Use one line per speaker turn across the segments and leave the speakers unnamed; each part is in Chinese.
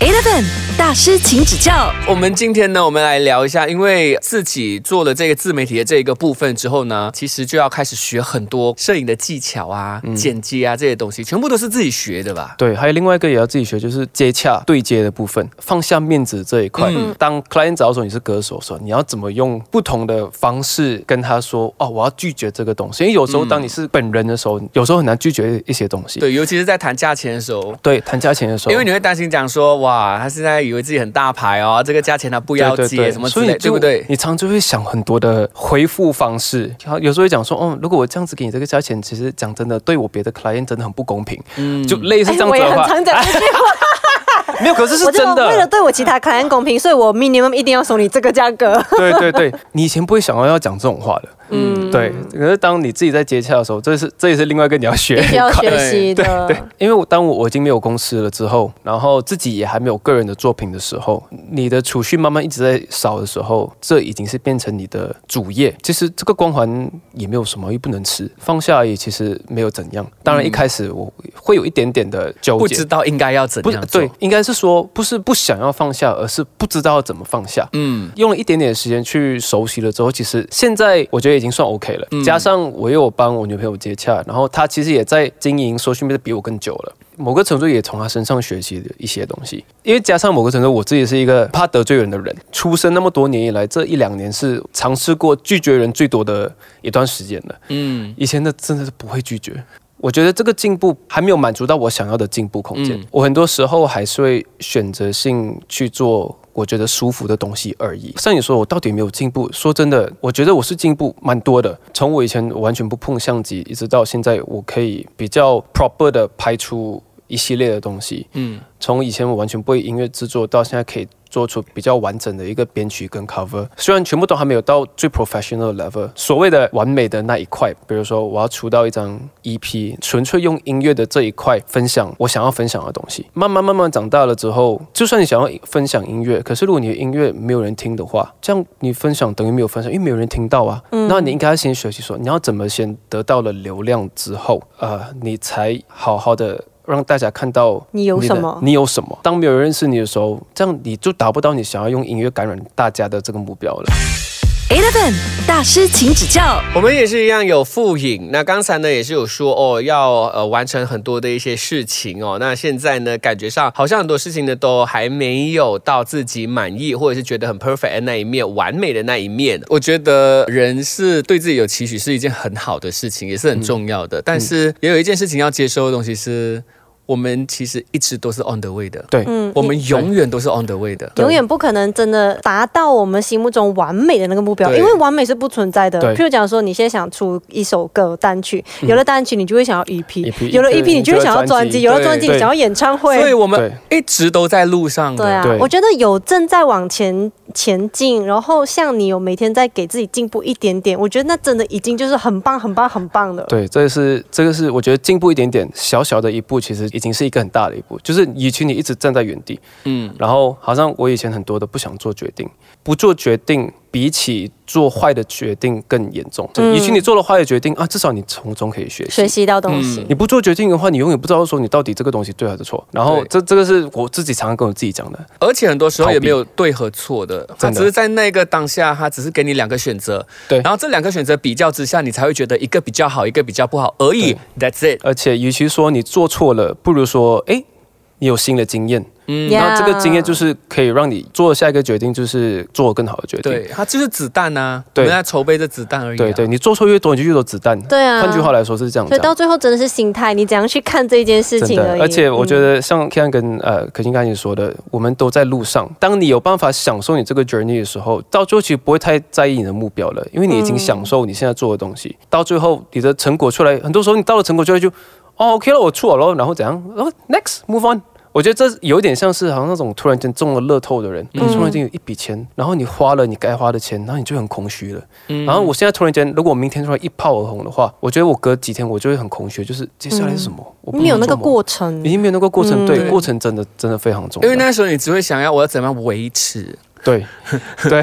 Eleven 大师，请指教。
我们今天呢，我们来聊一下，因为自己做了这个自媒体的这一个部分之后呢，其实就要开始学很多摄影的技巧啊、剪接啊这些东西，全部都是自己学的吧？
对，还有另外一个也要自己学，就是接洽对接的部分，放下面子这一块。
嗯
当 client 找的时候，你是歌手的时候，你要怎么用不同的方式跟他说哦，我要拒绝这个东西？因为有时候当你是本人的时候，有时候很难拒绝一些东西。
嗯对，尤其是在谈价钱的时候。
对，谈价钱的时候，
因为你会担心讲说，哇，他现在以为自己很大牌哦，这个价钱他不要
对对对
接什么之
所以
类，对
你就
不对？
你常就会想很多的回复方式，好有时候会讲说，哦，如果我这样子给你这个价钱，其实讲真的，对我别的 client 真的很不公平，
嗯
就类似这样
哎我
子
也
的
很
话，
常讲这句话。
没有，可是是
我知
真
道
的。
为了对我其他 client 公平，所以我 minimum 一定要收你这个价 格。
对对对，你以前不会想到要讲这种话的，嗯，对。可是当你自己在接洽的时候，这是这也是另外一个你要学
必 须要
的一块
学习的。
因为我当我我已经没有公司了之后，然后自己也还没有个人的作品的时候，你的储蓄慢慢一直在少的时候，这已经是变成你的主业。其实这个光环也没有什么，又不能吃，放下也其实没有怎样。当然一开始我会有一点点的纠结，
不知道应该要怎
不是
样做。
对，应该是说不是不想要放下，而是不知道怎么放下。
嗯，
用了一点点时间去熟悉了之后，其实现在我觉得已经算 OK 了。
嗯
加上我又有帮我女朋友接洽，然后她其实也在经营 social media 比我更久了，某个程度也从她身上学习了一些东西。因为加上某个程度，我自己是一个怕得罪人的人，出生那么多年以来，这一两年是尝试过拒绝人最多的一段时间了。
嗯，
以前的真的是不会拒绝。我觉得这个进步还没有满足到我想要的进步空间，
嗯
我很多时候还是会选择性去做我觉得舒服的东西而已。像你说，我到底有没有进步？说真的，我觉得我是进步蛮多的。从我以前完全不碰相机，一直到现在，我可以比较 proper 的拍出一系列的东西。
嗯，
从以前我完全不会音乐制作，到现在可以做出比较完整的一个编曲跟 cover。虽然全部都还没有到最 professional 的 level，所谓的完美的那一块，比如说我要出到一张 EP，纯粹用音乐的这一块分享我想要分享的东西。慢慢慢慢长大了之后，就算你想要分享音乐，可是如果你的音乐没有人听的话，这样你分享等于没有分享，因为没有人听到啊。
嗯
那你应该先学习说，你要怎么先得到了流量之后，呃，你才好好的。让大家看到
你有
的
什么
你有什么？当没有人认识你的时候，这样你就达不到你想要用音乐感染大家的这个目标了。
Eleven 大师，请指教。
我们也是一样有复影，那刚才呢也是有说哦，要呃完成很多的一些事情哦。那现在呢，感觉上好像很多事情呢都还没有到自己满意，或者是觉得很 perfect 的那一面，完美的那一面。我觉得人是对自己有期许是一件很好的事情，也是很重要的。但是也有一件事情要接收的东西是，我们其实一直都是 on the way 的，
对，
嗯
我们永远都是 on the way 的。
永远不可能真的达到我们心目中完美的那个目标，
对
因为完美是不存在的
对。嗯
譬如讲说，你现在想出一首歌单曲，有了单曲你就会想要 EP，
EP
有了
E 对
EP 你就会想要专
你
辑，
就
有
会
了专辑你
对
想要演唱会。
所以我们
对
一直都在路上的。
对啊，
对
我觉得有正在往前前进，然后像你有每天在给自己进步一点点，我觉得那真的已经就是很棒、很棒、很棒了。
对，这是这个是我觉得进步一点点，小小的一步，其实已经是一个很大的一步。就是以前你一直站在原地，嗯，然后好像我以前很多的不想做决定，不做决定比起做坏的决定更严重。以前你做了坏的决定啊，至少你从中可以嗯学习。
学习到东西。
你不做决定的话，你永远不知道说你到底这个东西对还是错。然后
对
这这个是我自己常常跟我自己讲的，
而且很多时候也没有对和错的，他
真的
只是在那个当下，他只是给你两个选择，
对
然后这两个选择比较之下，你才会觉得一个比较好，一个比较不好而已。That's it。
而且与其说你做错了，不如说哎，诶你有新的经验。
嗯
Yeah
那这个经验就是可以让你做下一个决定，就是做更好的决定。
对，它就是子弹呐、啊，我
对
们在筹备这子弹而已、啊。
对对，你做错越多，你就越多子弹。
对啊
换句话来说是这样子
所以。到最后真的是心态，你怎样去看这件事
真
情而
的
已。，
而且我觉
嗯、
得像 Kian 跟呃可心刚才也说的，我们都在路上。当你有办法享受你这个 journey 的时候，到最后其实不会太在意你的目标了，因为你已经享受你现在做的东
嗯
西。到最后你的成果出来，很多时候你到了成果出来就，哦 OK 了，我错了咯，然后怎样？然后 next move on。我觉得这有点像是好像那种突然间中了乐透的人，你突然间有一笔钱，然后你花了你该花的钱，然后你就很空虚了。然后我现在突然间，如果我明天突然一炮而红的话，我觉得我隔几天我就会很空虚，就是接下来是什么？我不
嗯你没有
能
那
做
个
梦
过程
已。经没有那个过程，
嗯
嗯对
对
过程真的真的非常重要。
因为那时候你只会想要我要怎么样维持，
对，对，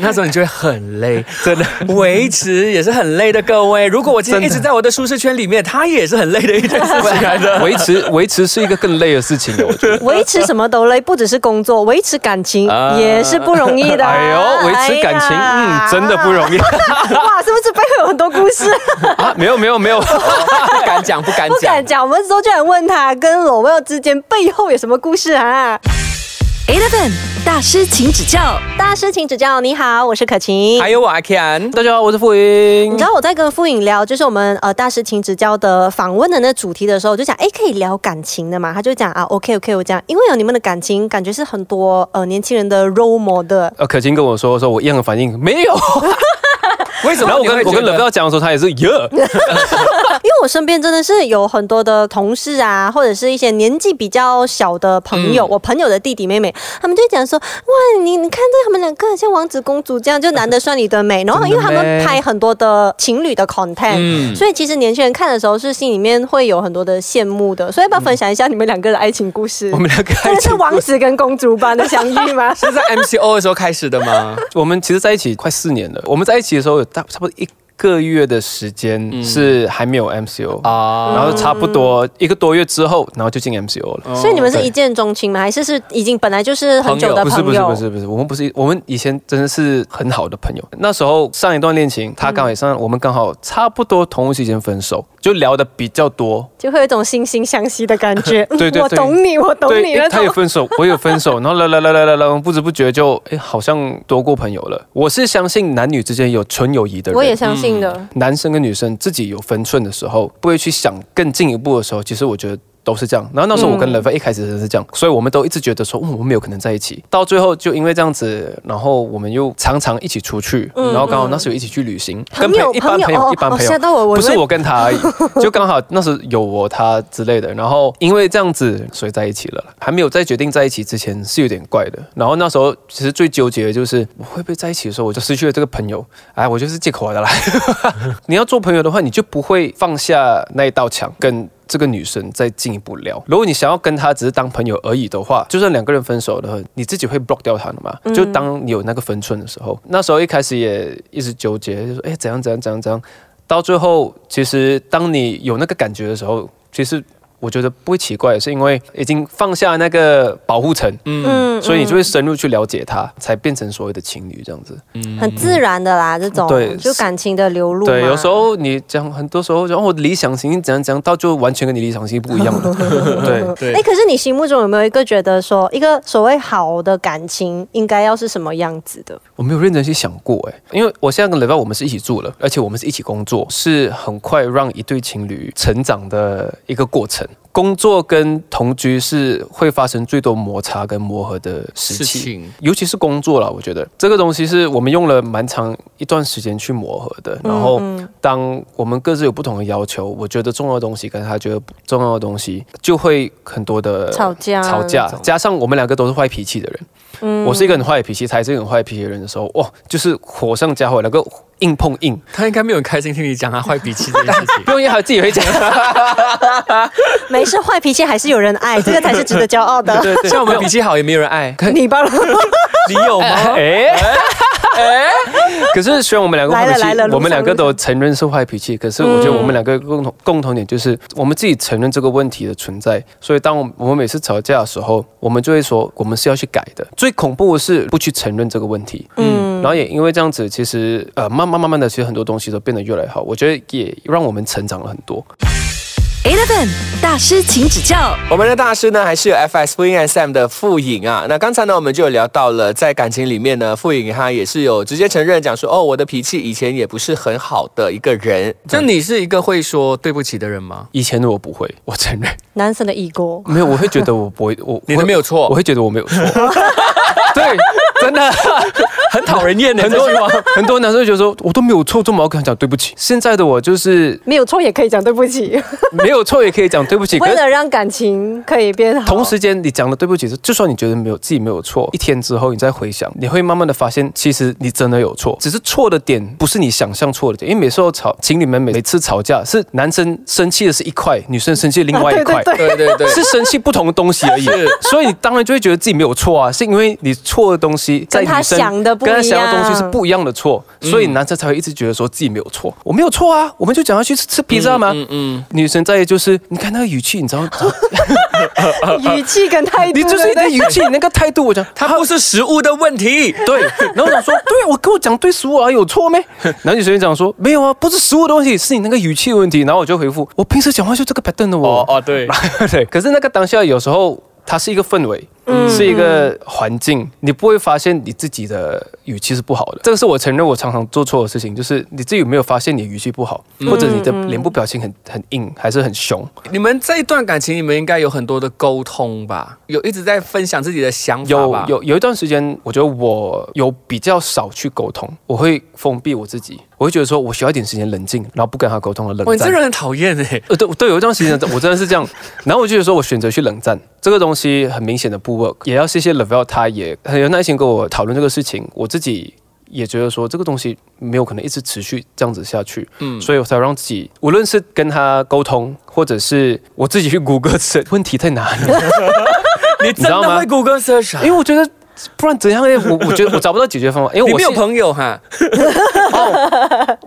那时候你就会很累，
真的。
维持也是很累的。各位，如果我今天一直在我的舒适圈里面，它也是很累的一件 事情来的。
维持维持是一个更累的事情，我觉得。
维持什么都累，不只是工作，维持 感情也是不容易的。
啊
哎
哎呦，维持感情，嗯，真的不容易
哇，是不是背后有很多故事？
啊！没有没有没有，
不敢讲，不敢
不
讲
敢。讲，我们周居然问他跟 l o w e l 之间背后有什么故事啊？
Eleven 大师，请指教。
大师请指教，你好，我是可晴。
还有我阿 Ken，
大家好，我是傅莹
你知。道我在跟傅颖聊，就是我们呃大师请指教的访问的那主题的时候，我就讲，哎，可以聊感情的嘛？他就讲啊，OK OK，我讲，因为有你们的感情，感觉是很多呃年轻人的 role model。
呃，可欣跟我说说，我一样的反应没有。
为什么
然后我
你
跟
会觉
我
得？
跟冷彪讲的时候，他也是 耶。
因为我身边真的是有很多的同事啊，或者是一些年纪比较小的朋友，我朋友的弟弟妹妹，他们就会讲说，哇，你你看这他们两个很像王子公主这样，就男的算你的美，然后因为他们拍很多的情侣的 content，、
嗯
所以其实年轻人看的时候是心里面会有很多的羡慕的，所以要不要分享一下你们两个的爱情故事？
嗯我们两个爱
真的 是
情
王子跟公主般的相遇吗？
是在 MCO 的时候开始的吗？
我们其实在一起快四年了。我们在一起的时候有大差不多一个月的时间是还没有 MCO，、
啊，
然后差不多一个多月之后，然后就进 MCO 了。
所以你们是一见钟情吗？还是是已经本来就是很久的
不
朋
是
友？
不是不是不是，我们不是我们以前真的是很好的朋友。那时候上一段恋情，他刚好也上，我们刚好差不多同时间分手，就聊的比较多。
就会有一种惺惺相惜的感觉。
对对
我
对
懂你，我懂你那
诶他也
种。
分手，我也分手，然后来来来来来来，不知不觉就哎，好像多过朋友了。我是相信男女之间有纯友谊的人，
我也相信的。
男生跟女生自己有分寸的时候，不会去想更进一步的时候，其实我觉得。都是这样，然后那时候我
嗯
跟冷飞一开始真的是这样，所以我们都一直觉得说，嗯，我们没有可能在一起。到最后就因为这样子，然后我们又常常一起出去，然后刚好那时候一起去旅行，跟
嗯朋友
一般朋
朋友哦
友一般朋
哦
友，
吓到我我以
不
为
是我跟他而已，就刚好那时候有我他之类的。然后因为这样子，所以在一起了。还没有在决定在一起之前是有点怪的。然后那时候其实最纠结的就是我会不会在一起的时候，我就失去了这个朋友。哎，我就是借口来的啦。 你要做朋友的话，你就不会放下那一道墙跟。这个女生再进一步聊，如果你想要跟她只是当朋友而已的话，就算两个人分手了，你自己会 block 掉她的嘛？就当你有那个分寸的时候，那时候一开始也一直纠结，就说哎怎样怎样怎样怎样，到最后，其实当你有那个感觉的时候，其实我觉得不会奇怪，是因为已经放下那个保护层，
嗯，
所以你就会深入去了解它，才变成所谓的情侣这样子。
很自然的啦，这种
对
就感情的流露嘛。
对，有时候你讲很多时候，然后我理想型怎样怎样，到就完全跟你理想型不一样 了。对，
对
哎、可是你心目中有没有一个觉得说，一个所谓好的感情应该要是什么样子的？
我没有认真去想过哎，因为我现在跟雷爸我们是一起住了，而且我们是一起工作，是很快让一对情侣成长的一个过程。工作跟同居是会发生最多摩擦跟磨合的时
事
期，
情
尤其是工作啦，我觉得这个东西是我们用了蛮长一段时间去磨合
嗯
的。然后，当我们各自有不同的要求，我觉得重要的东西跟他觉得不重要的东西，就会很多的
吵架嗯
吵架，加上我们两个都是坏脾气的人。我是一个很坏的脾气，他也是一个很坏脾气的人的时候，哇，就是火上加火，两个硬碰硬，
他应该没有很开心听你讲他坏脾气这件事情。
不用他自己会讲。
没事，坏脾气还是有人 爱，这个才是值得骄傲的。
对对，
像我们脾气好也没有人爱，
你吧，
你有 吗？
哎哎，可是虽然我们两个
来了
坏脾
来了
气，
路上
我们两个都承认是坏脾气，可是我觉得我们两个共同共同点就是我们自己承认这个问题的存在，所以当我们我们每次吵架的时候，我们就会说我们是要去改的。最恐怖的是不去承认这个问题，嗯，然后也因为这样子，其实呃慢慢慢慢的，其实很多东西都变得越来越好，我觉得也让我们成长了很多。
Eleven 大师，请指教。
我们的大师呢，还是有 FS Win SM 的傅颖啊。那刚才呢，我们就有聊到了，在感情里面呢，傅颖她也是有直接承认讲说，哦，我的脾气以前也不是很好的一个人。就你是一个会说对不起的人吗？
以前的我不会，我承认
男生的 ego，
没有，我会觉得我不会，我
你的没有错
我会觉得我没有错。 对，真的很讨人厌的。很多很多男生就觉得说，我都没有错，这么要跟他讲对不起。现在的我就是
没有错也可以讲对不起，
没有错，也可以讲对不 起。可
为
是
了让感情可以变好。
同时间，你讲的对不起是，就算你觉得没有自己没有错，一天之后你再回想，你会慢慢的发现，其实你真的有错，只是错的点不是你想象错的点。因为每次都吵情侣们每次吵架是男生生气的是一块，女生生气的另外一块。
啊对
对 对对
啊是生气不同的东西而已。所以你当然就会觉得自己没有错啊，是因为你错的东西西在
跟
女
他
生
想的不
跟他
一
想的东西是
样嗯
不一样的错，所以男生才会一直觉得说自己没有错，我没有错啊，我们就讲要去吃吃披萨嘛。
嗯嗯，
女生在意就是你看那个语气，你知 道，
语气跟态 度，
你就是
对
你
不对
的语气，你那个态度，我讲
它不是食物的问题。
对，然后我想说，对我跟我讲对食物啊有错没？ 然后女生就讲说没有啊，不是食物的问题，是你那个语气的问题。然后我就回复，我平时讲话就这个 pattern 的
哦
哦。
哦，对，
对，可是那个当下有时候它是一个氛围，是一个环境，你不会发现你自己的语气是不好的。这个是我承认我常常做错的事情，就是你自己有没有发现你语气不好，或者你的脸部表情很很硬，还是很凶。
你们这一段感情，你们应该有很多的沟通吧？有一直在分享自己的想法
有
吧？
有有一段时间，我觉得我有比较少去沟通，我会封闭我自己，我会觉得说我需要一点时间冷静，然后不跟他沟通了，冷
哇，你这
战。
人很讨厌哎、
呃，对对，有一段时间我真的是这样， 然后我就觉得说，我选择去冷战，这个东西很明显的不 work，也要谢谢 Level，他也很有耐心跟我讨论这个事情，我自己也觉得说这个东西没有可能一直持续这样子下去，嗯，所以我才让自己无论是跟他沟通，或者是我自己去谷歌是 问题在哪里，
你
知道吗
谷歌 search？啊
因为我觉得。不然怎样呢？我我觉得我找不到解决方法，因为
你
我
没有
是
朋友哈？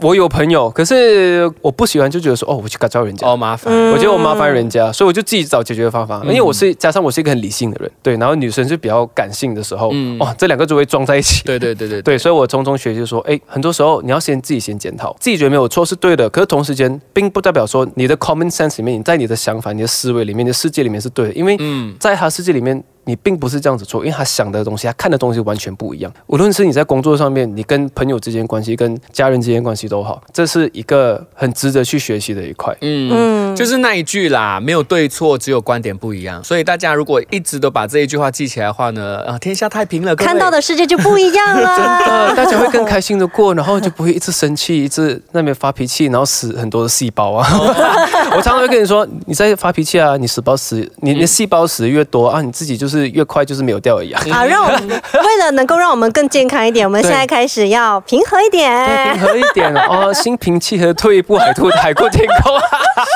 我有朋友，可是我不喜欢，就觉得说哦，我去感召人家，
哦，麻烦。
我觉得我麻烦人家，所以我就自己找解决方法。因为我是加上我是一个很理性的人，对，然后女生是比较感性的时候，哇，这两个就会撞在一起。
对对对对对，
对，所以我从中学习说，哎，很多时候你要先自己先检讨，自己觉得没有错是对的，可是同时间并不代表说你的 common sense 里面，你在你的想法、你的思维里面、你的世界里面是对的，因为在他世界里面。你并不是这样子做，因为他想的东西、他看的东西完全不一样。无论是你在工作上面，你跟朋友之间关系、跟家人之间关系都好，这是一个很值得去学习的一块。
嗯，就是那一句啦，没有对错，只有观点不一样。所以大家如果一直都把这一句话记起来的话呢，啊，天下太平了，各位
看 到的世界就不一样
呃，
了。
大家会更开心的过，然后就不会一直生气，一直那边发脾气，然后死很多的细胞啊。 我常常会跟你说，你在发脾气啊，你细胞死，你你细胞死得越多啊，你自己就是越快就是没有掉而已啊。
啊，让我们为了能够让我们更健康一点，我们
对
现在开始要平和一
对平
点。
和一点哦，心平气和，退一步海阔海阔天空。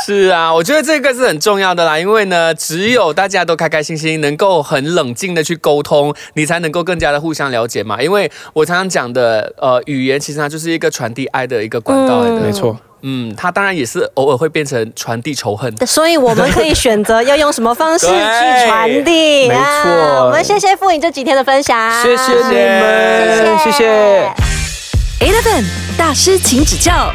是啊，我觉得这个是很重要的啦，因为呢，只有大家都开开心心，能够很冷静的去沟通，你才能够更加的互相了解嘛。因为我常常讲的，呃，语言其实它就是一个传递爱的一个管道来的。
没错，
嗯，它当然也是偶尔会变成传递仇恨。
所以我们可以选择要用什么方式
对
去传递
没
啊
错
我们谢谢傅颖这几天的分享，
谢谢你们，谢
谢谢
谢。
Eleven 大师，请指教。